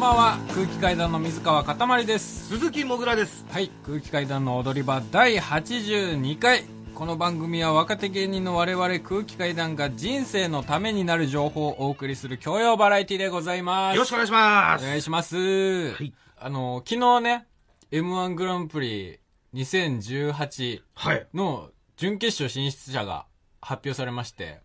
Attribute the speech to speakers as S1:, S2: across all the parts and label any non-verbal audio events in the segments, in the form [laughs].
S1: ばんは空気階段の水川かたまりです
S2: 鈴木もぐらです
S1: はい空気階段の踊り場第82回この番組は若手芸人の我々空気階段が人生のためになる情報をお送りする教養バラエティでございます
S2: よろしくお願いしま
S1: お
S2: す
S1: 願いします、
S2: はい
S1: あの昨日ね m 1グランプリ2018
S2: はい
S1: の準決勝進出者が発表されまして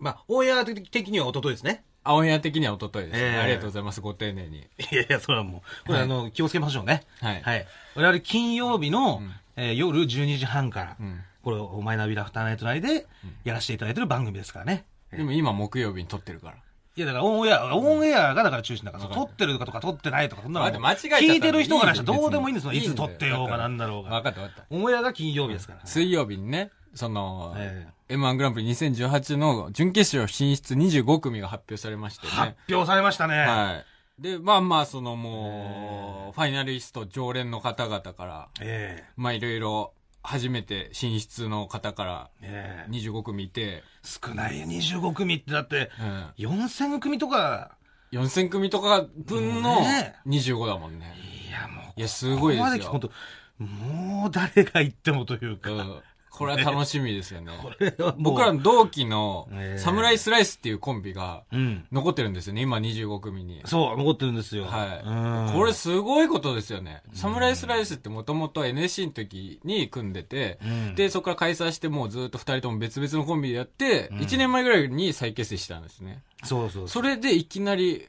S2: まあオンエア的には一昨日ですね
S1: あオンエア的には一昨日ですね、
S2: ええ
S1: ありがとうございますご丁寧に
S2: いやいやそれはもうこれあの、気をつけましょうね
S1: はい
S2: はい我々金曜日の、えー夜12時半から、
S1: ん
S2: これを「マイナビラフターナイト内」でやらせていただいてる番組ですからね、
S1: でも今木曜日に撮ってるから
S2: いやだからオンエア、オンエアがだから中心だから、撮ってるとか撮ってないとか、そんなの
S1: だって間違えちゃったんで
S2: 聞いてる人からしたらどうでもいいんですよ。
S1: いい
S2: い
S1: んだよ
S2: つ撮ってようがなんだろうが。
S1: 分かった分かった
S2: オンエアが金曜日ですから。
S1: 水曜日にね、その、
S2: え
S1: M1 グランプリ2018の準決勝進出25組が発表されまして
S2: 発
S1: ね。
S2: 表されましたね。
S1: はい。で、まあまあ、そのもう、ファイナリスト常連の方々から、
S2: え
S1: まあいろいろ、初めて進出の方から
S2: えええ
S1: 25組いて、
S2: 少ないよ25組ってだって、
S1: うん、
S2: 4000組とか、
S1: 4000組とか分の
S2: ね
S1: 25だもんね。
S2: いやもう、
S1: いや、すごい
S2: ここま
S1: で
S2: です
S1: よ。
S2: 来てほんともう誰が言ってもというか、
S1: うんこれは楽しみですよ
S2: [laughs]
S1: ね。
S2: もう
S1: 僕ら、の同期の
S2: ええ
S1: サムライスライスっていうコンビが
S2: うん。
S1: 残ってるんですよね、今25組に。
S2: そう、残ってるんですよ。
S1: は
S2: うん
S1: い。これ、すごいことですよね。サムライスライスってもともと NSC の時に組んでて、
S2: うん
S1: で、そこから解散してもうずっと二人とも別々のコンビでやって、1年前ぐらいに再結成したんですね。
S2: そうそうそう。
S1: それでいきなり、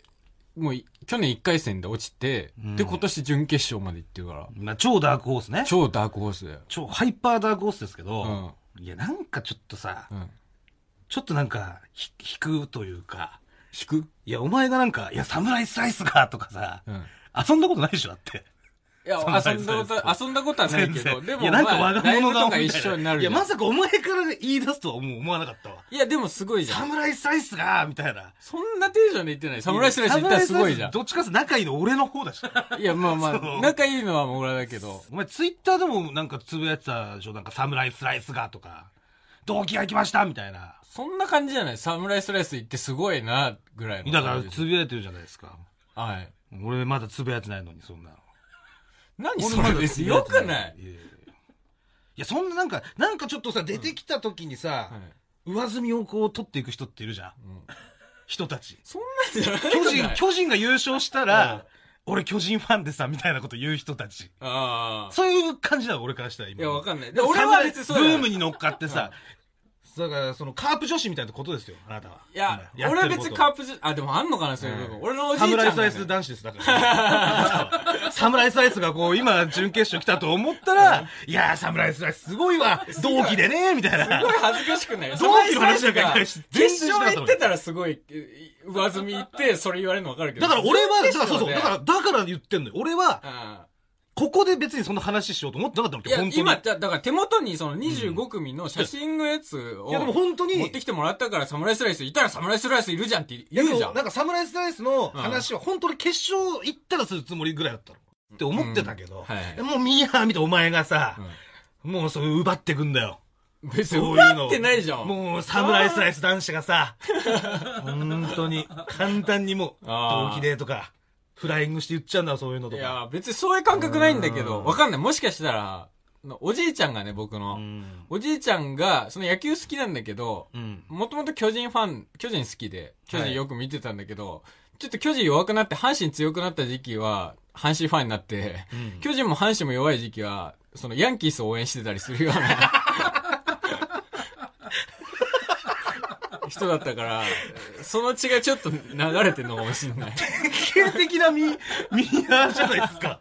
S1: もうい去年1回戦で落ちて、
S2: うん
S1: で、今年準決勝まで行ってるから、
S2: まあ、超ダークホースね。
S1: 超ダークホースだよ。
S2: 超ハイパーダークホースですけ
S1: う
S2: ど、
S1: ん。
S2: いや、なんかちょっとさ、
S1: うん。
S2: ちょっとなんか、ひ引くというか、
S1: 引く
S2: いや、お前がなんか、いや、サムライスライスが、とかさ、
S1: うん。
S2: 遊んだことないでしょ、だって。
S1: いや、
S2: サムライスラ
S1: 遊
S2: イス
S1: んだこと、遊んだことはないけど、で
S2: い
S1: も、
S2: や、なんか
S1: まあ
S2: 我
S1: ラ
S2: が物
S1: イブ
S2: 顔
S1: とか
S2: み
S1: 一
S2: たい
S1: 緒
S2: な。
S1: になる
S2: い
S1: じゃ
S2: や、
S1: ん。
S2: まさかお前からね言い出すとはもう思わなかったわ。
S1: いや、でもすごいじゃん
S2: サ。ムライスライスが、みたいな。
S1: そんなテンションで言ってない。サムライスライス行ったらすごいじゃん
S2: サムライスライスどっちかって仲いいの俺の方だし。
S1: いや、まあま
S2: そ
S1: あ、
S2: う
S1: 仲いいのはもぐらだけど。
S2: お前ツイッターでもなんかつぶやいてたでしょ、なんかサムライスライスが、とか、同期が来ました、みたいな。
S1: そんな感じじゃないサムライスライス行ってすごいな、ぐらいの
S2: だから
S1: 感じです。
S2: つぶやいてるじゃないですか。
S1: はい。
S2: 俺まだつぶやいてないのに、そんなの。
S1: 何
S2: 俺
S1: そ
S2: ま
S1: れ
S2: だ
S1: 別によくない
S2: いやいやいやいや、そんななんか、なんかちょっとさ、出てきた時にさ、
S1: はい
S2: 上積みをこう取っていく人っているじゃん。
S1: ん
S2: 人たち。
S1: そんなんじゃない [laughs]
S2: 巨人、巨人が優勝したら、
S1: うん
S2: 俺巨人ファンでさ、みたいなこと言う人たち。
S1: ああ。
S2: そういう感じなの、俺からしたら今。
S1: いや、わかんない。で俺は別にそう
S2: ブ
S1: だよ
S2: ームに乗っかってさ、だから、その、カープ女子みたいなことですよ、あなたは。
S1: いや、
S2: 今
S1: 俺は別にカー
S2: プ
S1: プじゃ、あ、でもあんのかな、そういう部分。俺のおじいち
S2: サ
S1: ゃん
S2: ム
S1: が
S2: ラ
S1: ね。
S2: イスライス男子です、だか
S1: [laughs]
S2: ら。サムライスライスがこう、今、準決勝来たと思ったら、いやー、サムライスライスすごいわ、同期でね、みたいな。
S1: すごい恥ずかしくない
S2: 同期の話なんかいないし
S1: 決勝行ってたらすごい、う上積み行って、それ言われるのわかるけど。
S2: だから俺は、だ
S1: 準
S2: から
S1: 決
S2: そ
S1: 勝
S2: うそう、
S1: で
S2: だから、だから言ってんのよ。俺は、
S1: うん
S2: ここで別にそんな話しようと思ってなかったの
S1: い
S2: け、
S1: や、
S2: 本当に。
S1: 今、だだから手元にその25組の写真のやつを、
S2: いやでも本当に
S1: 持ってきてもらったから、サムライスライスいたらサムライスライスいるじゃんって言うじゃん
S2: な。んかサムライスライスの話は本当に決勝行ったらするつもりぐらいだったの。って思ってたけど、
S1: うんはい
S2: もうミーハー見てお前がさ、もうそういう奪ってくんだよ。
S1: 別に
S2: そういうの
S1: 奪ってないじゃん。
S2: もうサムライスライス男子
S1: [laughs]
S2: がさ、本当に簡単にもう、
S1: あー
S2: 同期でとか、フライングして言っちゃうんだよ、そういうのと
S1: い
S2: か。
S1: や、別にそういう感覚ないんだけ
S2: う
S1: ど、
S2: ん
S1: わかんない。もしかしたら、のおじいちゃんがね、僕
S2: う
S1: の。
S2: ん。
S1: おじいちゃんが、その野球好きなんだけど、
S2: うん。
S1: もともと巨人ファン、巨人好きで、巨
S2: は
S1: 人
S2: い
S1: よく見てたんだけど、ちょっと巨人弱くなって、阪神強くなった時期は、阪神ファンになって、
S2: うん
S1: 巨人も阪神も弱い時期は、そのヤンキースを応援してたりするような人だったから、その血がちょっと流れてるのかもしれない。
S2: 典型的なミミーハーじゃないですか。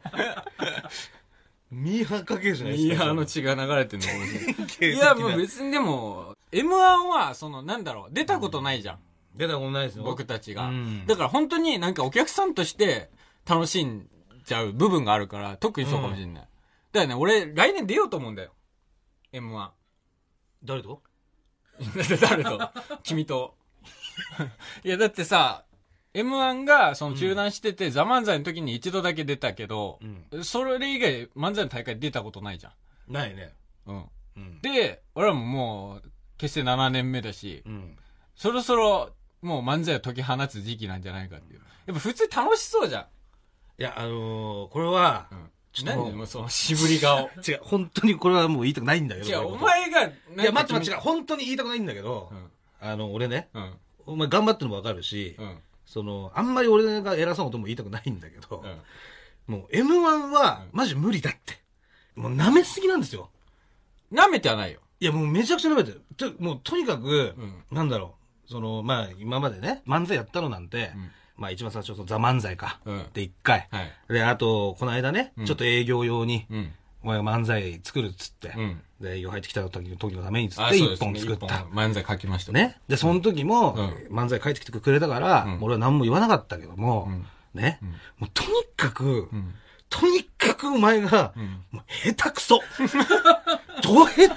S2: ミーハー家系じゃない
S1: [laughs] い
S2: ですか。
S1: や、あの血が流れてるのかもしれない。い
S2: 典
S1: や、
S2: 型的
S1: も
S2: な
S1: う別にでも、M1 は、その、なんだろう、出たことないじゃん。
S2: 出たことないですよ。
S1: 僕たちが、
S2: うん
S1: だから本当になんかお客さんとして楽しんじゃう部分があるから、特にそうかもしれない。だからね、俺、来年出ようと思うんだよ。M1。
S2: 誰と
S1: 誰と [laughs] 君と。いや、だってさ、M1 がその中断してて、ザ・漫才の時に一度だけ出たけど、それ以外漫才の大会出たことないじゃ
S2: ないね。
S1: ん。うん。
S2: うん。
S1: で、俺らももう、結成7年目だし、
S2: うん。
S1: そろそろ、もう漫才を解き放つ時期なんじゃないかっていう。やっぱ普通楽しそうじゃん。
S2: いや、あのーこれは、ちょっともう
S1: 何もうその渋り顔。
S2: [laughs] 違う、本当にこれはもう言いたくないんだけど。
S1: 違う、
S2: こう
S1: お
S2: いうこと
S1: 前が、
S2: いや、待って待って
S1: 違
S2: 違う、本当に言いたくないんだけど、
S1: ん
S2: あの、俺ね、
S1: う。うん。
S2: お前頑張ってるのもわかるし、
S1: うん。
S2: その、あんまり俺が偉そうなことも言いたくないんだけど、
S1: うん
S2: もう M1 は、マジ無理だって。もう舐めすぎなんですよ。
S1: 舐めてはないよ。
S2: いや、もうめちゃくちゃ舐めてる。ともうとにかく、
S1: うん
S2: なんだろう。その、まあ、今までね、漫才やったのなんて、
S1: ん
S2: まあ一番最初、そのザ漫才か。
S1: うん
S2: で、一回。
S1: はい。
S2: で、あと、この間ね、
S1: ん
S2: ちょっと営業用に、
S1: うん。
S2: お前が漫才作るっつって、
S1: うん
S2: で、営業入ってきた時の時のためにっつっ
S1: あ
S2: て、
S1: そうで
S2: 一
S1: すね
S2: 本作った
S1: 一。本漫才書きました。。
S2: ね。で、その時も、
S1: う
S2: 漫才帰ってきてくれたから、
S1: うん
S2: 俺は何も言わなかったけども、
S1: うん
S2: ね、
S1: うん
S2: もうとにかく、
S1: うん。
S2: とにかくお前が、
S1: [laughs] うん。
S2: もう下手くそど下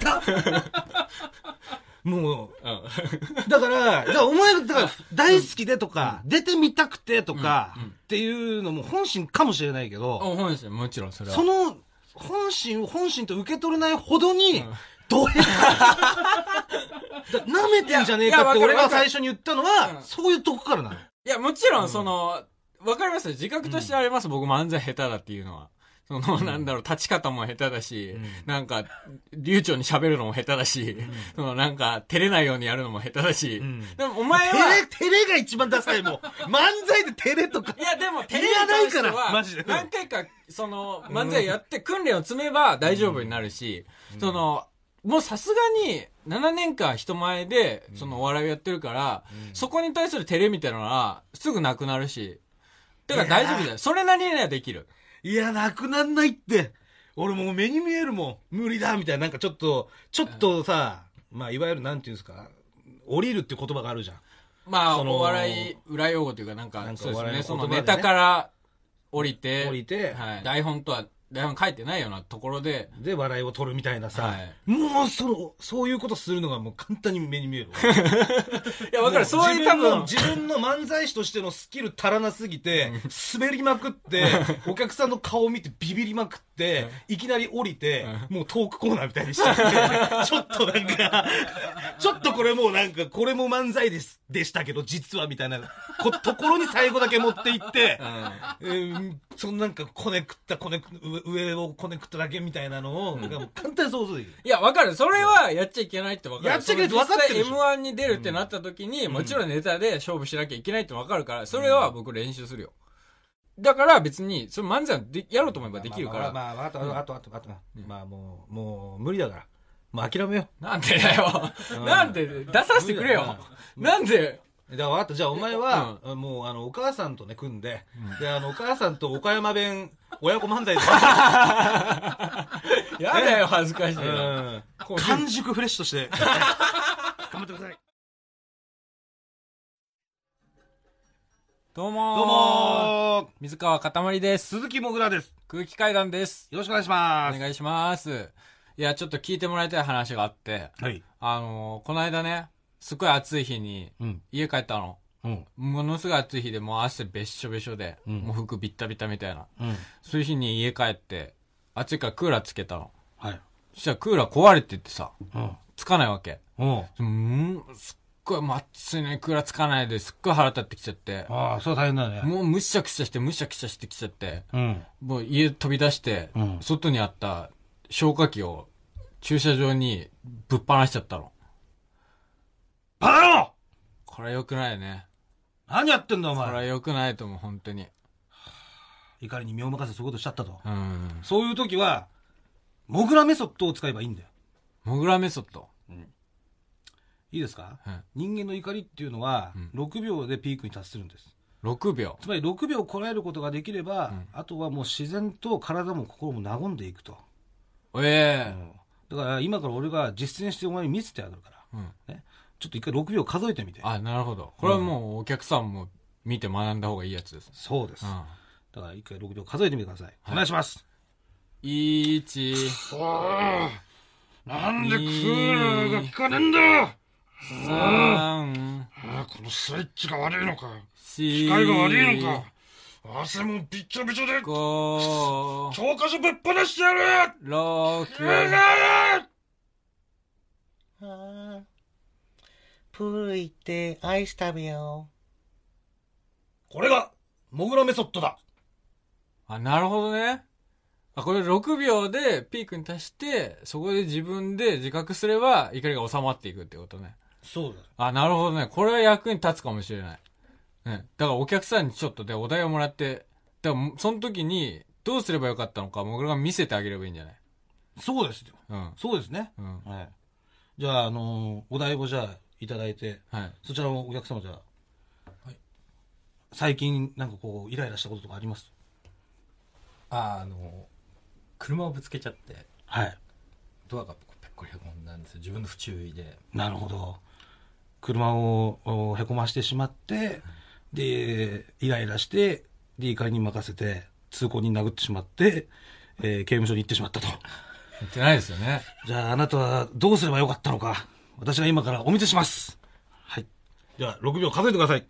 S2: 手もう、だから、だからお前が、だから大好きでとか、出てみたくてとか、っていうのも本心かもしれないけど、
S1: お、本心、もちろんそれは。
S2: その、本心を本心と受け取れないほどに、どへた。だ舐めてんじゃねえ
S1: いや
S2: か
S1: わか
S2: って
S1: る
S2: 俺が
S1: わかる
S2: 最初に言ったのは、
S1: うん
S2: そういうとこからなの。
S1: いや、もちろん、その、わかりますよ。自覚としてあります、僕漫才下手だっていうのは。その、なんだろう、立ち方も下手だし、なんか、流暢に喋るのも下手だし、その、なんか、照れないようにやるのも下手だし、
S2: ん
S1: でも、お前
S2: 照
S1: は、
S2: れ、照れが一番ダサい、もう。漫才で照れとか
S1: い。や、でも、テレビ
S2: ない
S1: に関
S2: から
S1: しては
S2: マジで
S1: 何回か、その、漫才やって、訓練を積めば大丈夫になるし、その、もうさすがに、7年間人前で、その、お笑いをやってるから、そこに対するテレみたいなのは、すぐなくなるし、だから大丈夫だよ。それなりにはできる。
S2: いや、なくなんないって。俺もう目に見えるもん。無理だ、みたいな。なんかちょっと、ちょっとさ、まあ、いわゆるなんていうんですか、降りるって言葉があるじゃん。
S1: まあ、
S2: その
S1: お笑い、裏用語というか、なんか
S2: な、んか
S1: そうです
S2: お笑い
S1: ね、
S2: の
S1: そ
S2: 言
S1: の
S2: 葉
S1: ネ
S2: でね
S1: タから降りて、
S2: 降りて
S1: はい。台本とは、台本書いてないようなところで、
S2: で、笑いを取るみたいなさ。
S1: はい
S2: もう、その、そういうことするのがもう簡単に目に見えるわ。
S1: いや、わかる。そういう多分、
S2: 自分の自分の漫才師としてのスキル足らなすぎて、滑りまくって、お客さんの顔を見てビビりまくって、いきなり降りて、もうトークコーナーみたいにしちゃっ
S1: [laughs]
S2: て、ちょっとなんか、ちょっとこれもうなんか、これも漫才です、でしたけど、実はみたいなこところに最後だけ持っていって、えーそのなんかこねくった、こねく、上上をこねくっただけみたいなのを、なんかもう簡単に想像できる。
S1: いや、わかる。それはやっちゃいけないってわかる。
S2: やっちゃいけないってわかってるでしょ
S1: その実際 M1 に出るってなった時に、もちろんネタで勝負しなきゃいけないってわかるから、それは僕練習するよ。だから別に、それ漫才でやろうと思えばできるから。
S2: まあ、まあ、あと、あと、あと、あと、まあ、もう、もう、無理だから。もう諦めよ
S1: なんでだよ。なんで、出させてくれよ。なんで、
S2: う。だから、あと、じゃあ、お前は、もう、あの、お母さんとね、組んで、で、あの、お母さんと岡山弁、親子漫才で、
S1: やだよ、恥ずかしいな。
S2: [laughs] うん完熟フレッシュと [laughs] して、頑張ってください。
S1: どうもー
S2: どうもー
S1: 水川かたまりです。
S2: 鈴木もぐらです。
S1: 空気階段です。
S2: よろしくお願いし
S1: お
S2: ます。
S1: 願いします。いや、ちょっと聞いてもらいたい話があって、
S2: はい。
S1: あのーこの間ね、すごい暑い日に、
S2: うん。
S1: 家帰ったの。
S2: うん。
S1: ものすごい暑い日でもう汗べっしょべしょで、
S2: うん
S1: もう服ビッタビタみたいな
S2: うん。
S1: そういう日に家帰って暑いからクーラーつけたの
S2: はい。
S1: そしたらクーラー壊れてってさ
S2: うん。
S1: つかないわけ
S2: うん。
S1: うんすっごいもう暑いのにクーラーつかないですっごい腹立ってきちゃって
S2: ああ、それ大変だね。
S1: もうむしゃくしゃしてむしゃくしゃしてきちゃって
S2: うん。
S1: もう家飛び出して、
S2: うん
S1: 外にあった消火器を駐車場にぶっ放しちゃったの
S2: バカ野郎
S1: これ良くないね
S2: 何やってんだ、お
S1: これは
S2: 前。
S1: 良くないと思う本当に
S2: 怒りに身を任せそういうことしちゃったと。
S1: うん
S2: そういう時は、モグラメソッドを使えばいいんだよ。
S1: モグラメソッド
S2: いいですか、
S1: はい
S2: 人間の怒りっていうのは、
S1: う
S2: 6秒でピークに達するんです。
S1: 6秒
S2: つまり6秒こらえることができれば、
S1: うん
S2: あとはもう自然と体も心も和んでいくと。
S1: ええ
S2: だから今から俺が実践してお前に見せてあげるから、
S1: うん
S2: ね。ちょっと一回6秒数えてみて。
S1: あ、なるほど。これはもうお客さんも見て学んだ方がいいやつです。
S2: そうです。
S1: う
S2: だ
S1: ん。
S2: から一回6秒数えてみてください。お願いします。
S1: 1、
S2: なん
S1: でクーラーが効
S2: かねえんだ
S1: 3、
S3: ああこのスイッチが悪いのか
S1: 4、
S3: 機械が悪いのか汗もびっちょびちょで
S1: 5、
S3: 教科書ぶっ放してやる
S1: 6、
S4: あープール行ってアイス食べよう。
S2: これが、モグラメソッドだ
S1: あ、なるほどね。あ、これ6秒でピークに達して、そこで自分で自覚すれば怒りが収まっていくってことね。
S2: そうだ。
S1: あ、なるほどね。これは役に立つかもしれない。ね。だからお客さんにちょっとでお題をもらって、だからその時にどうすればよかったのか、僕らが見せてあげればいいんじゃない
S2: そうですよ。
S1: うん。
S2: そうですね。
S1: うん。
S2: はい。じゃあ、あのーお題をじゃあ、いただいて、
S1: はい。
S2: そちらのお客様じゃあ、
S5: はい
S2: 最近、なんかこう、イライラしたこととかあります
S5: ああの車をぶつけちゃって
S2: はい。
S5: ドアがこうぺっこりへこんだんですよ自分の不注意で
S2: なるほど。車をおへこましてしまって、で、イライラして、で、怒りに任せて、通行人殴ってしまって、えー刑務所に行ってしまったと。
S1: 言ってないですよね。
S2: じゃあ、あなたはどうすればよかったのか。私が今からお見せします。はい。じゃあ、6秒数えてくださ [laughs] い。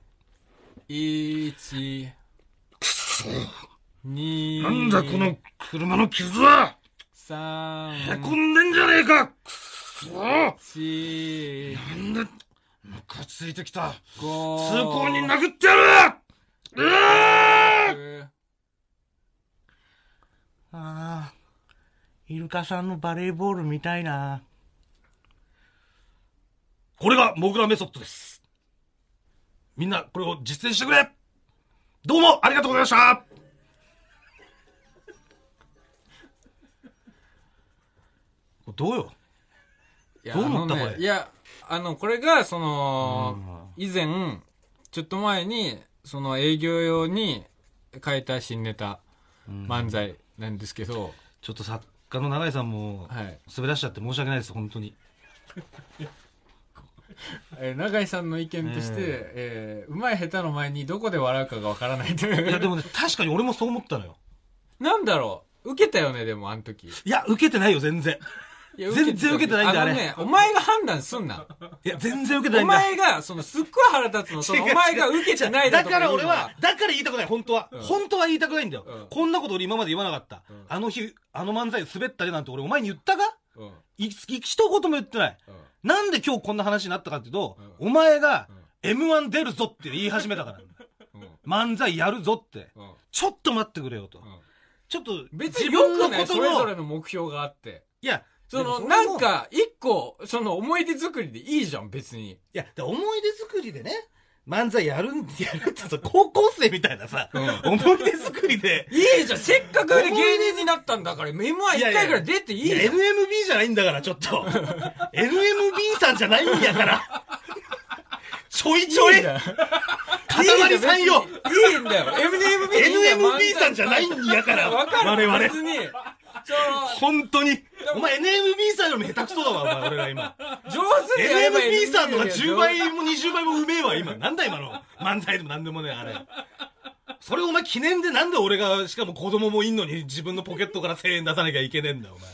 S1: 一、二、
S3: なんだこの車の傷は
S1: 三、
S3: へこんでんじゃねえかくそな
S1: 四、
S3: んで、ムカついてきた。
S1: 五、
S3: 通行人殴ってやるうわー
S1: 六
S4: ああ、イルカさんのバレーボールみたいな。
S2: これがモグラメソッドです。みんな、これを実践してくれどうもありがとうございましたどうよ
S1: いや
S2: どう思った
S1: あのね
S2: これ
S1: いや、あの、これが、その、以前、ちょっと前に、その営業用に書いた新ネタ、漫才なんですけど、
S2: ちょっと作家の永井さんも、
S1: はい。
S2: 滑らしちゃって申し訳ないです、
S1: [laughs]
S2: 本当に。
S1: えー永井さんの意見として、
S2: ね
S1: えーうまい下手の前にどこで笑うかがわからないと
S2: いや、
S1: いう。
S2: でもね、確かに俺もそう思ったのよ。
S1: なんだろう受けたよね、でも、あの時。
S2: いや、受けてないよ、全然。
S1: いや
S2: 全然受けてないんだ
S1: のね、お前が判断すんな。
S2: いや、全然受けてな
S1: お
S2: いんだ。
S1: 前が、その、すっごい腹立つの。その、お
S2: 違う違う
S1: 前が受けてないだ
S2: だ
S1: と
S2: か
S1: から言う
S2: 俺
S1: の
S2: は、だから言いたくない、本当は。
S1: うん
S2: 本当は言いたくないんだよ。
S1: うん
S2: こんなこと俺今まで言わなかった。
S1: うん
S2: あの日、あの漫才滑ったりなんて俺お前に言ったか
S1: うんうん
S2: い一言も言ってない。なんで今日こんな話になったかっていうと、お前が、M1 出るぞって言い始め
S1: [laughs]
S2: たから。
S1: うんうん
S2: 漫才やるぞって。
S1: うん
S2: ちょっと待ってくれよと。
S1: うん
S2: ちょっと、
S1: 別に
S2: 自
S1: よ
S2: 分
S1: く
S2: の
S1: な
S2: こ
S1: い、
S2: と
S1: それぞ
S2: を、
S1: れの目標があって。
S2: いや、
S1: その、
S2: でも
S1: なん、か、一個、その思い出作りでいいじゃん、別に。
S2: いや、で思い出作りでね、漫才やる [laughs] ん、やるってさ、高校生みたいなさ、思い出作りで、
S1: いいじゃん、せっかく芸人になったんだから、M11
S2: やいや
S1: 回ぐらい出ていい
S2: い
S1: じ
S2: や、
S1: ゃん。
S2: NMB じゃないんだから、ちょっ
S1: [laughs]
S2: と。NMB さんじゃないんやから。ちょいちょい、塊さんよ。
S1: いいんだよ。MDMB でいいんだよ
S2: NMB さんじゃないんやから、
S1: わかる
S2: 我々
S1: 別。に。そ
S2: 本当に。お前 NMB さんよりも下手くそだわ、お前、俺ら今。
S1: の、上手にやれば
S2: NMB さんのが
S1: いいだよ
S2: 10倍も20倍もうめえわ、今。なんだ今の。漫才でもなんでもねえ、あれ。それお前記念でなんで俺が、しかも子供もいんのに自分のポケットから1000円出さなきゃいけねえんだよ、お前。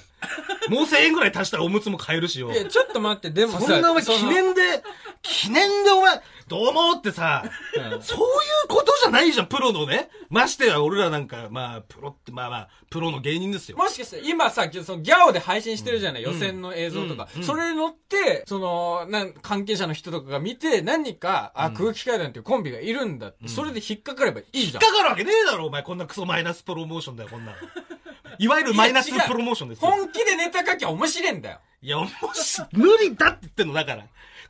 S2: もう1000円ぐらい足したらおむつも買えるしよ。
S1: いや、ちょっと待って、でもさ、
S2: そんなお前
S1: その
S2: 記念で、記念でお前、どうもってさ、
S1: うん
S2: そういうことじゃないじゃん、プロのね。ましてや、俺らなんか、まあ、プロって、まあまあ、プロの芸人ですよ。
S1: もしかして、今さ、そのギャオで配信してるじゃない、予選の映像とか。
S2: うん
S1: それに乗って、その、なん、関係者の人とかが見て、何か、あ、空気階段っていうコンビがいるんだって、それで引っかかればいいじゃん。
S2: 引っかかるわけねえだろ、お前。こんなクソマイナスプロモーションだよ、こんなの。いわゆるマイナス
S1: いや違う
S2: プロモーションですよ。
S1: 本気でネタ書きゃ面白いんだよ。
S2: いや、もし、無理だって言ってんの、だから。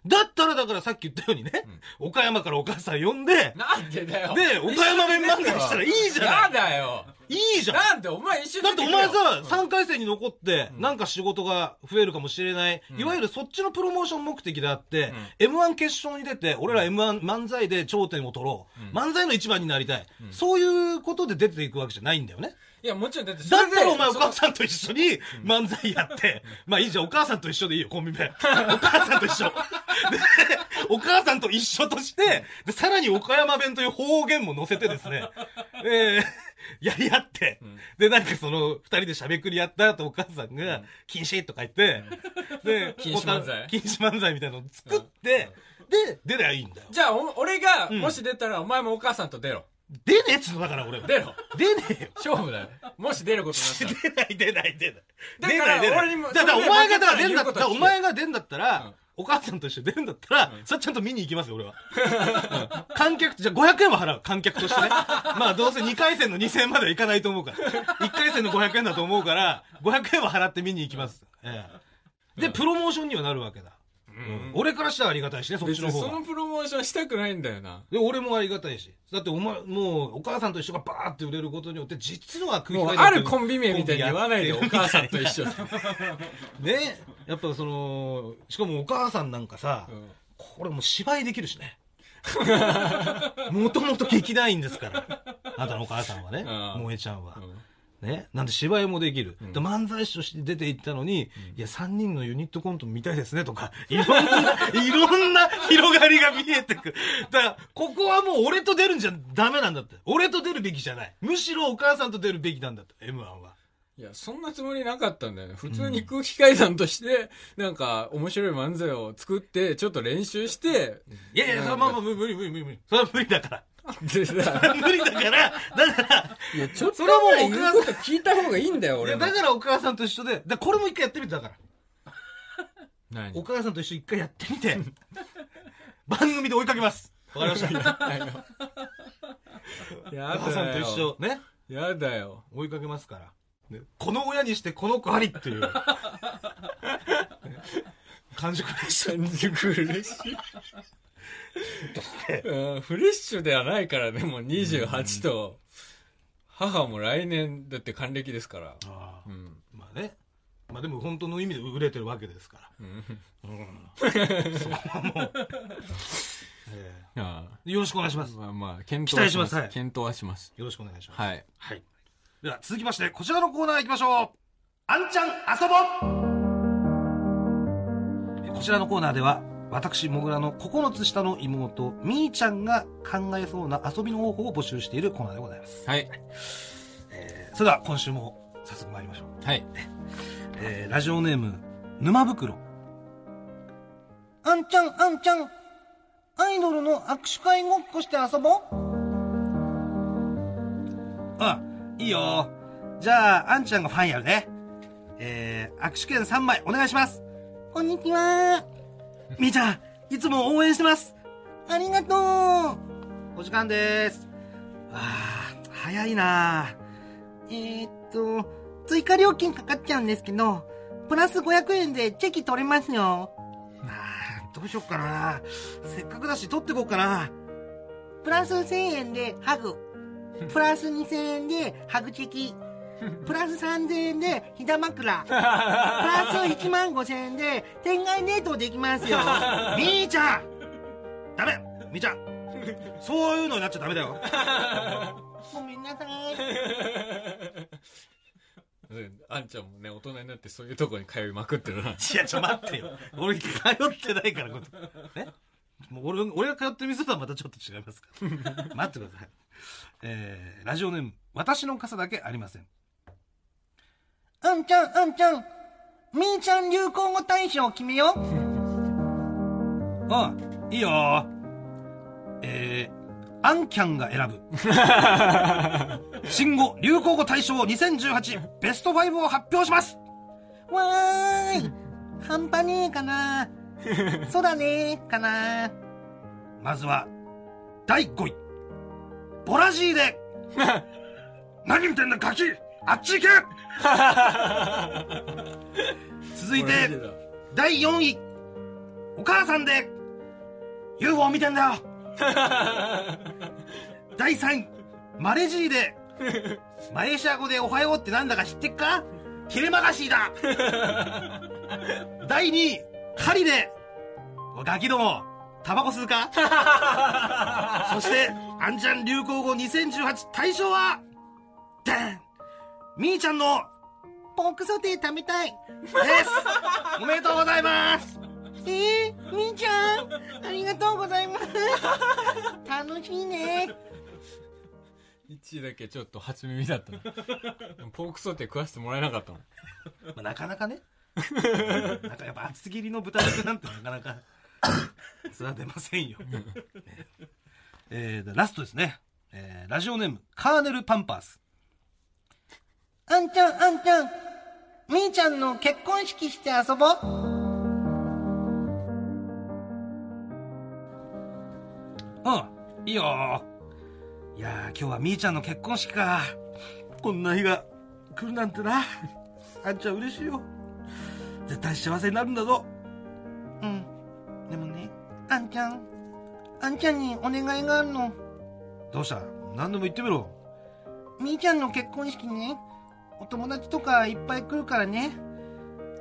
S2: だったら、だからさっき言ったようにね、岡山からお母さん呼んで、
S1: なんでだよ。
S2: で、岡山弁漫才したらいいじゃ
S1: や
S2: ん
S1: だよ。
S2: いいじゃん
S1: なんでお前一緒に
S2: だってお前さ、3回戦に残って、
S1: ん
S2: なんか仕事が増えるかもしれない、
S1: ん
S2: いわゆるそっちのプロモーション目的であって、M1 決勝に出て、俺ら M1 漫才で頂点を取ろう。
S1: うん
S2: 漫才の一番になりたい、
S1: ん
S2: そういうことで出ていくわけじゃないんだよね。
S1: いや、もちろんだってそ
S2: だ
S1: れ
S2: っ
S1: で、
S2: たらお前お
S1: そ
S2: 母さんと一緒に漫才やって、まあいいじゃん、お母さんと一緒でいいよ、コンビ [laughs] 名。お母さんと一緒。で、お母さんと一緒として、で、さらに岡山弁という方言も載せてです [laughs] ね、えー、やり合って、で、なんかその、二人でしゃべくりやった後、お母さんが、禁止とか言って、で、
S1: 禁止漫才
S2: 禁止漫才みたいなのを作って、で、出りゃいいんだよ。
S1: じゃあ、お俺が、
S2: ん
S1: もし出たら、お前もお母さんと出ろ。
S2: 出ねえっつうのだから俺は。
S1: 出 [laughs] ろ。
S2: 出ねえよ。
S1: 勝負だよ。も [laughs] し出ることになったら。
S2: [laughs] 出ない出ない出ない。
S1: だから
S2: 出ない出ない
S1: 俺にも
S2: だか
S1: そ
S2: ら
S1: れ
S2: お
S1: で
S2: 前がだから
S1: 負けたら
S2: 出んだ
S1: 言うこ
S2: っ
S1: と
S2: た
S1: は
S2: ら、
S1: 聞け
S2: お前が出んだったら、
S1: うん
S2: お母さんと一緒に出るんだったら、それはちゃんと見に行きますよ、俺は。うん観客と、じゃあ500円は払う、観客
S1: [laughs]
S2: としてね。まあどうせ2回戦の2000円まではいかないと思うから。1回戦の500円だと思うから、500円は払って見に行きます。ええで、プロモーションにはなるわけだ。うん俺からしたらありがたいしね、そっ
S1: 別
S2: ちの
S1: に
S2: 方
S1: そ
S2: が
S1: の。プロモーションしたくないんだよな。
S2: で、俺もありがたいし。だって、お前、もう、お母さんと一緒がバーって売れることによって、実は食い
S1: もう
S2: 替え
S1: あるコンビ名みたいに言わないで、お母さんと一緒で。
S2: ね。やっぱその、しかもお母さんなんかさ、
S1: うん
S2: これもう芝居できるしね。もともと劇団員ですから。あなたのお母さんはね、
S1: ああ
S2: 萌えちゃんは。
S1: うん
S2: ね。なんで芝居もできる。で漫才師として出て行ったのに、いや、3人のユニットコント見たいですねとか、いろんな、いろんな広がりが見えてくる。だから、ここはもう俺と出るんじゃダメなんだって。俺と出るべきじゃない。むしろお母さんと出るべきなんだって、M1 は。
S1: いや、そんなつもりなかったんだよね。普通に空気階段として、なんか、面白い漫才を作って、ちょっと練習して、
S2: いやいや、それはまあまあ無理無理無理無理無理。それは無理だから。
S1: でさ、
S2: [laughs] 無理だから、だから、
S1: いや、ちょっと
S2: それはもう
S1: ぐらい言うこと聞いた方がいいんだよ、
S2: い
S1: 俺
S2: や
S1: も
S2: だ。からお母さんと一緒で、だこれも一回やってみて、だから。
S1: 何
S2: お母さんと一緒一回やってみて、番組で追いかけます。わかりま
S1: [laughs]
S2: した。お
S1: や
S2: 母さん
S1: だ
S2: と
S1: よ。
S2: 一緒。ね。
S1: やだよ。
S2: 追いかけますから。ねこの親にしてこの子ありっていう。ね完熟でした。
S1: 完熟フレッシュ。うんフレッシュではないからね、もう28と、母も来年、だって還暦ですから。
S2: ああ
S1: うん。
S2: まあね。まあでも本当の意味で売れてるわけですから。
S1: うん
S2: え
S1: [laughs] あ
S2: えよろしくお願いしま
S1: あ
S2: す。よ
S1: まあまあ、検討
S2: 期待します
S1: は
S2: はい
S1: 検討はします。
S2: ろしくお願いします。
S1: はい。
S2: はい。では続きまして、こちらのコーナー行きましょう。あんちゃん遊ぼうこちらのコーナーでは、私、もぐらの9つ下の妹、みーちゃんが考えそうな遊びの方法を募集しているコーナーでございます。
S1: はい。
S2: えーそれでは今週も早速参りましょう。
S1: はい。
S2: えーラジオネーム、沼袋。あんちゃん、あんちゃん。アイドルの握手会ごっこして遊ぼう。あ、いいよ。じゃあ、あんちゃんがファンやるね。えー、握手券3枚お願いします。こんにちは。みーちゃん、いつも応援してます。ありがとう。お時間です。あー、早いなえー、っと、追加料金かかっちゃうんですけど、プラス500円でチェキ取れますよ。あーどうしよっかな。せっかくだし取ってこっかな。プラス1000円でハグ。プラス2000円でハグチェキ。プラス3000円でひだ枕。プラス1万5000円で天外冷凍できますよ。みーちゃんダメみーちゃんそういうのになっちゃダメだよ。ごめんなさい。
S1: [laughs] あんちゃんもね、大人になってそういうとこに通いまくって [laughs] るな。
S2: いや、ちょ、待ってよ。俺、通ってないから、これ。ねもう俺、俺が通ってる店とはまたちょっと違いますから。待ってください。えー、ラジオネーム、私の傘だけありません。
S4: あんちゃん、あんちゃん。みーちゃん流行語大賞を決めよう。
S2: うん、いいよ。えー、アンキャンが選ぶ。新語・流行語大賞2018ベスト5を発表します
S4: わーい。半端ねえか
S2: [laughs]
S4: な。そうだねえかな。
S2: まずは、第5位。ボラジー
S4: [laughs]
S2: で何見てんだ、ガキあっち
S4: [laughs]
S2: 行け続いて、第4位。お母さんで UFO 見てんだよ第3位。マレジーでマレーシア語でおはようってなんだか知ってっかキレマガシーだ第2位。狩りでおいガキども、タバコ吸うかそして、アンジャン流行語2018大賞は、でんみーちゃんの、
S4: ポークソテー食べたい。
S2: ですおめでとうございます
S4: ええー、みーちゃん。ありがとうございます。楽しいね。
S1: 1位だけちょっと初耳だったな。 [laughs] ポークソテー食わせてもらえなかったの。
S2: まあなかなかね、 [laughs] なんかやっぱ厚切りの豚肉なんてなかな
S4: [laughs]
S2: か、育てませんよ。えー、ラストですね。えー、ラジオネーム、カーネルパンパース。
S4: あんちゃん、あんちゃん。みーちゃんの結婚式して遊ぼう。うん、いいよ。いやー、今日はみーちゃんの結婚式か。こんな日が来るなんてな。あんちゃん嬉しいよ。絶対幸せになるんだぞ。うん。でもね、あんちゃん、あんちゃんにお願いがあるの。どうした何でも言ってみろ。みーちゃんの結婚式ね、お友達とかいっぱい来るからね。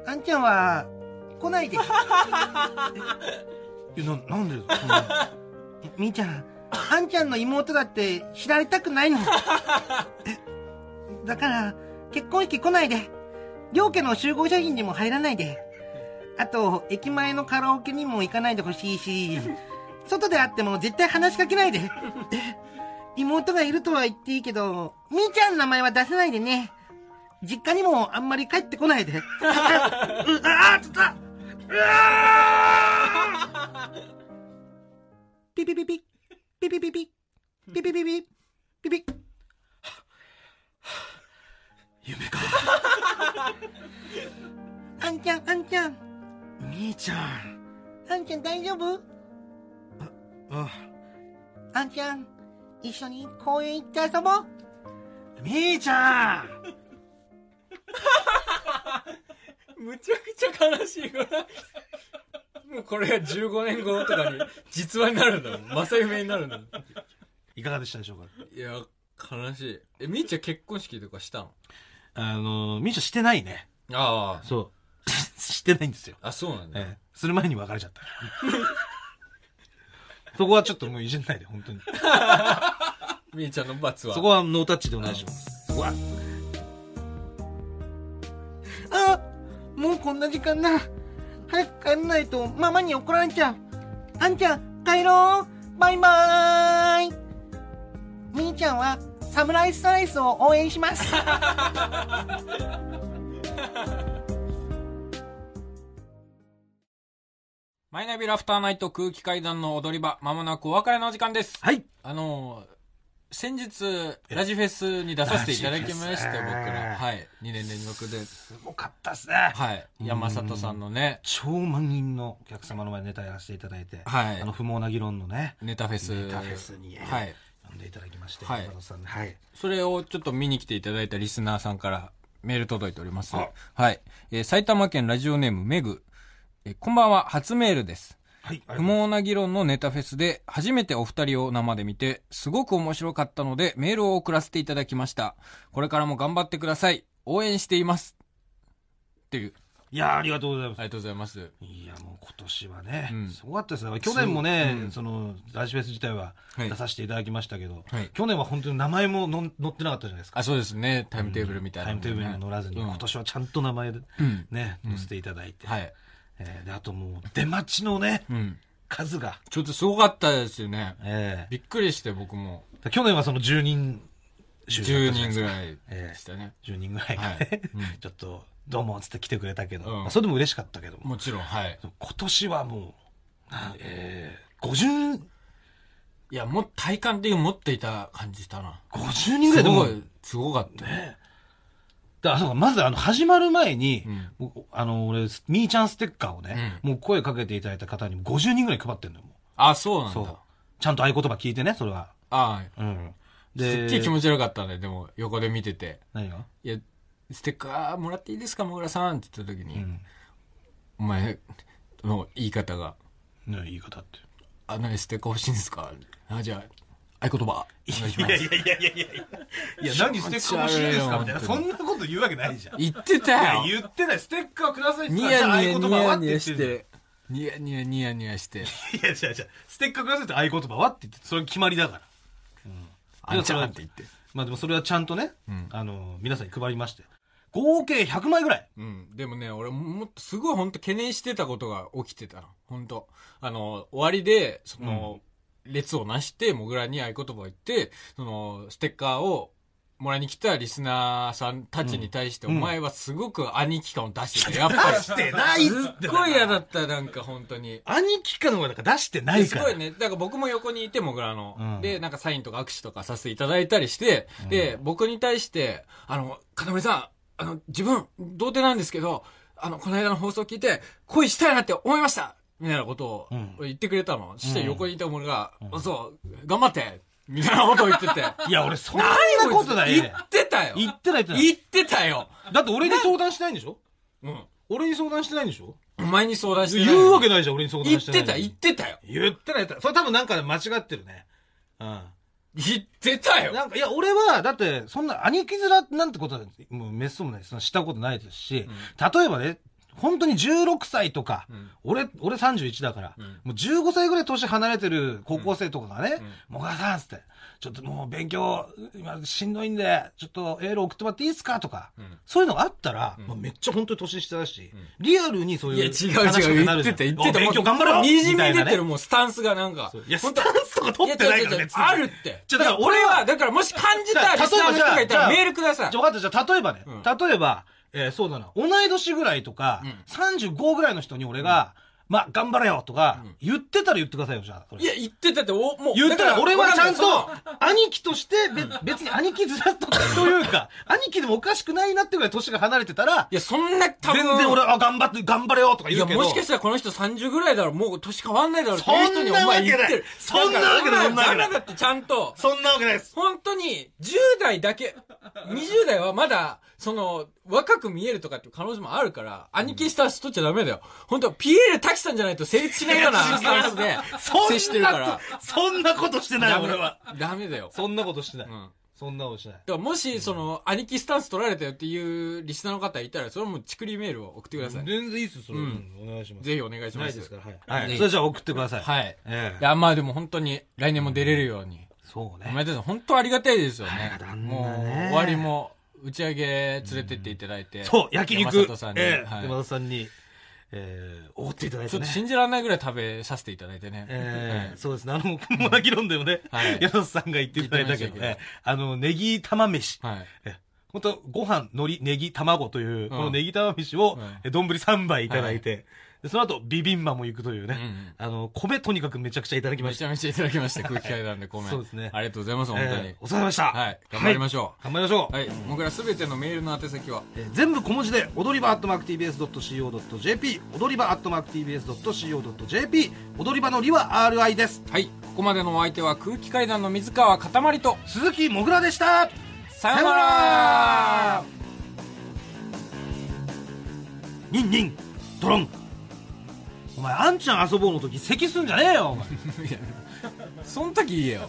S4: あんちゃんは、来ないで。 [laughs] え、な、なんでそんなえ [laughs] みーちゃん、あんちゃんの妹だって知られたく [laughs] ないの。えだから、結婚式来ないで。両家の集合写真にも入らないで。あと、駅前のカラオケにも行かないでほしいし、外で会っても絶対話しかけないで。え妹がいるとは言っていいけど、みーちゃんの名前は出せないでね。実家にもあんまり帰ってこないで。うあうあーつったうわーピピピピピピピピピピピピピピ夢かあんちゃんあんちゃん
S2: 兄ちゃん。
S4: あんちゃん大丈夫
S2: あ、
S4: あんちゃん一緒に公園行って遊ぼう
S2: みーちゃん [laughs]
S1: むちゃくちゃ悲しいこれもうこれが15年後とかに実話になるんだもん正夢になるんだもん
S2: いかがでしたでしょうか
S1: いや悲しいえみーちゃん結婚式とかしたの
S2: あのー、みーちゃんしてないね。
S1: あ
S2: そう。 [laughs] してないんですよ。
S1: ああそうなんだ、
S2: ええ。する前に別れちゃった [laughs] から。そこはちょっともういじんないで、本当に。
S1: みーちゃんの罰は
S2: そこはノータッチでお願いします。そこは
S4: あもうこんな時間だ早く帰らないとママに怒られちゃうあんちゃん帰ろうバイバーイみーちゃんはサムライスライスを応援します
S1: マイナビラフターナイト空気階段の踊り場まもなくお別れのお時間です
S2: はい。
S1: あの先日ラジフェスに出させていただきまして僕
S2: ラジフェス
S1: らはい2年連続です
S2: ごかったですね。
S1: はい山里さんのね
S2: 超満員のお客様の前でネタやらせていただいて、
S1: はい
S2: あの不毛な議論のね、
S1: ネタフェス
S2: ネタフェスに、
S1: はい
S2: 呼んでいただきまして、
S1: はい
S2: 山田さんねはい。
S1: それをちょっと見に来ていただいたリスナーさんからメール届いております。はい。えー埼玉県ラジオネームメグ。えーこんばんは、初メールです。
S2: はい。
S1: 不毛な議論のネタフェスで初めてお二人を生で見て、すごく面白かったのでメールを送らせていただきました。これからも頑張ってください。応援しています。っていう。
S2: いやーありがとうございま
S1: あ
S2: す。
S1: りがとうございます。
S2: いや、もう今年はね、
S1: うん
S2: すごかったですよ。去年もね、
S1: うん
S2: その、ラジフェス自体は
S1: はい
S2: 出させていただきましたけど、
S1: はい
S2: 去年は本当に名前ものん載ってなかったじゃないですか。
S1: あ、そうですね。タイムテーブルみたいな
S2: タイ
S1: の
S2: ム
S1: ね、
S2: テーブルにも載らずに、
S1: うん
S2: 今年はちゃんと名前で
S1: うん。
S2: ね、載せていただいて、
S1: はい。
S2: えーで、あともう、出待ちのね、
S1: うん。
S2: 数が、
S1: ちょっとすごかったですよね。
S2: え
S1: びっくりして僕も。
S2: ー去年はその10人集だ
S1: 10
S2: ったじゃない
S1: 人
S2: です
S1: ぐ
S2: から
S1: いでしたね。
S2: 10人ぐらいがね、
S1: はいうん
S2: [laughs] ちょっと、どうもっつって来てくれたけど、
S1: うん
S2: まあそれでも嬉しかったけども、
S1: もちろん、はい。
S2: 今年はもう、なえー、50、
S1: いや、も、体感的に持っていた感じしたな。
S2: 50人ぐ
S1: す
S2: らいでも
S1: ご、い、すごかった。
S2: ねだからそうかまずあの、始まる前に、
S1: うん
S2: おあの、俺、みーちゃんステッカーをね、もう声かけていただいた方に50人ぐらい配ってんのよ、も
S1: あ、そうな
S2: う。
S1: ん
S2: そう
S1: だ。。
S2: ちゃんと合言葉聞いてね、それは。
S1: あ
S2: うん。
S1: す
S2: で、
S1: っげえ気持ち悪かったね、でも、横で見てて。
S2: 何が
S1: いや、ステッカーもらっていいですか、もぐらさんって言った時に、お前の言い方が、
S2: ね、言い方って。
S1: あ、何ステッカー欲しいんですかあ、じゃあ、合言葉、お願いします。
S2: いやいやいやいや。いや、何ステッカー欲しいですかみたいな。
S1: 気持ち
S2: そ
S1: 悪い
S2: んなこと言うわけないじゃん。い
S1: 言ってた
S2: や、
S1: よ
S2: 言ってない。ステッカーくださいって
S1: ニ
S2: 言った
S1: ヤ
S2: ら
S1: ニヤ
S2: じゃあ
S1: ニ
S2: 合言葉は
S1: ヤ
S2: っ
S1: ニ
S2: て言
S1: ヤ
S2: って
S1: し
S2: るじゃん
S1: て、ニヤニヤニヤニヤ
S2: [laughs]
S1: して、
S2: いや、違う違う。ステッカーくださいって合言葉はって言って、それ決まりだから。
S1: あんちゃんって言って。
S2: まあでもそれはちゃんとね、あの、皆さんに配りまして。合計100枚ぐらい。
S1: うん。でもね、俺もっとすごい本当懸念してたことが起きてたの。本当あの、終わりで、その、列をなして、モグラに合言葉を言って、その、ステッカーを、もらいに来たリスナーさんたちに対して、
S2: ん
S1: お前はすごく兄貴感を出してた。やっぱり。
S2: [laughs] 出してないっ
S1: す
S2: つって
S1: っごい嫌だった、なんか本当に。
S2: 兄貴かの方がなんか出してない
S1: す
S2: から。
S1: ごいね。だから僕も横にいて、もぐらの。
S2: うん
S1: で、なんかサインとか握手とかさせていただいたりして、で、僕に対して、あの、片森さん、あの、自分、童貞なんですけど、あの、この間の放送聞いて、恋したいなって思いましたみたいなことを
S4: うん
S1: 言ってくれたの。そして横にいた俺が、そう、頑張ってみたいなことを言って
S2: [laughs]
S1: て。
S4: いや、俺そんなことだ
S1: 言
S4: よ。
S1: ってたよ
S2: 言ってないってない
S1: 言ってたよ
S2: だって俺に相談してないんでしょ
S1: うん。
S2: 俺に相談してないんでしょ
S1: お前に相談してない
S2: 言うわけないじゃん、俺に相
S1: 言
S2: 談
S1: っ
S2: してない
S1: て
S2: のに。
S1: た、言ってたよ。
S2: 言ってない言ってない。それ多分なんかで間違ってるね。うん。
S1: 言ってたよ
S2: なんか、いや、俺は、だって、そんな、兄貴面なんてことは、もう、メスもない、そのしたことないですし、例えばね、本当に16歳とか、
S1: ん
S2: 俺、俺31だから、
S1: ん
S2: もう15歳ぐらい年離れてる高校生とかがね、もがさんっつって、ちょっともう勉強、今しんどいんで、ちょっとエール送ってもらっていいですかとか、
S1: ん
S2: そういうのがあったら、まあ、めっちゃ本当に年下だし、
S1: ん
S2: リアルにそう
S1: いや、
S2: い
S1: 違
S2: う
S1: う
S2: 話
S1: 違
S2: に
S1: う、
S2: な
S1: 言
S2: る
S1: っ
S2: じゃ
S1: て
S2: ん
S1: た、言って
S2: お
S1: た。
S2: 勉強頑張ろう
S1: にじみ出
S2: みた
S1: て
S2: いな
S1: る、
S2: ね
S1: もうスタンスがなんか。
S2: いや、スタンスとか取ってないから
S1: いや違う違う違う
S2: 別に
S1: あるって。
S2: じゃあだから
S1: 俺
S2: 俺は
S1: は、だからもし感じたリスナーの人がいたらメールください
S2: じゃ。あ分かった。じゃあ、例えばね、
S1: うん
S2: 例えば、えーそうだな、同い年ぐらいとか、35ぐらいの人に俺が、まあ、頑張れよとか、言ってたら言ってくださいよ、じゃあ。それ
S1: いや、言ってたって、お、もう。
S2: 言った
S1: だから
S2: 俺はちゃん
S1: その
S2: と、兄貴として、べ別に兄貴ずらっとというか、
S1: [laughs]
S2: 兄貴でもおかしくないなってぐらい年が離れてたら、
S1: いや、そんな、多分
S2: 全然俺、あ、頑張って、頑張れよとか
S1: い
S2: 言
S1: や、
S2: うけど。
S1: もしかしたらこの人30ぐらいだろ、もう年変わんないだろ、って
S2: そんな
S1: いう人にお前言ってる。
S2: わけないそんなわけない
S1: だから
S2: そんなわけない
S1: ダメだって、ちゃんと。
S2: そんなわけないです。
S1: 本当に、10代だけ、20代はまだ、その、若く見えるとかっていう可能性もあるから、兄貴した人取っちゃダメだよ。本当ピエール滝さんじゃないと成立しないよう
S2: [laughs]
S1: なスタンスで、接してるから。
S2: そんなことしてない、
S1: ダメ
S2: 俺は。。
S1: ダメだよ。
S2: そんなことしてない。
S1: うん。
S2: そんなことしてない。
S1: だからもし、その、兄貴スタンス取られたよっていうリスナーの方いたら、それはもうチクリメールを送ってくださ
S2: 全
S1: い。
S2: 然いいっす、それ。
S1: う
S2: うんん、お願いします。
S1: ぜひお願いしま
S2: ない
S1: す。
S2: ですから、はい。
S1: はい
S2: それじゃあ送ってください。い。
S1: はい。
S2: え
S1: い
S2: え。
S1: や、まあでも本当に、来年も出れるように。
S2: そう
S1: お
S2: ね。
S1: めでとう。本当ありがたいですよね
S4: あ。りがたいね
S1: もう、終わりも、打ち上げ連れてっていただいて。
S2: そう、焼
S1: 山
S2: 肉
S1: 里さん。に。
S2: ええ
S1: はい
S2: 山里さんに、ええ、おごっていただ
S1: ちょ
S2: いて
S1: っと
S2: ね。
S1: 信じられないぐらい食べさせていただいてね。
S2: ええ、そうですね。あの、もなき論でもね
S1: はい、
S2: 山里さんが言っていただいたけ
S1: 言って
S2: ど
S1: ました
S2: ね、あの、ネギ玉飯。
S1: はい。はい。
S2: ええ本当ご飯、海苔、ネギ、卵という、このネギ玉飯
S1: う
S2: を
S1: ん、
S2: え丼3杯いただいて、でその後、ビビンバも行くという
S1: うんう
S2: ね、
S1: ん
S2: あの、米とにかくめちゃくちゃいただきま
S1: め
S2: し
S1: ち
S2: た。
S1: ゃめちゃいただきました。空気階段でごめん。
S2: そうですね
S1: ありがとうございます、本当
S2: ええ
S1: に。
S2: お疲れ様でした。
S1: はい。頑張りましょ
S2: 頑張りましょう
S1: う。。はい。僕らすべてのメールの宛先は、
S2: えー全部小文字で踊り場アットマーク TBS.CO.JP 踊り場アットマーク TBS.CO.JP 踊り場のりは RI です
S1: はい。ここまでのお相手は空気階段の水川かたまりと、
S2: 鈴木もぐらでした
S1: さよなら
S2: ニンニンドロンお前あんちゃん遊ぼうの時咳すんじゃねえよお前
S1: そん時言えよ。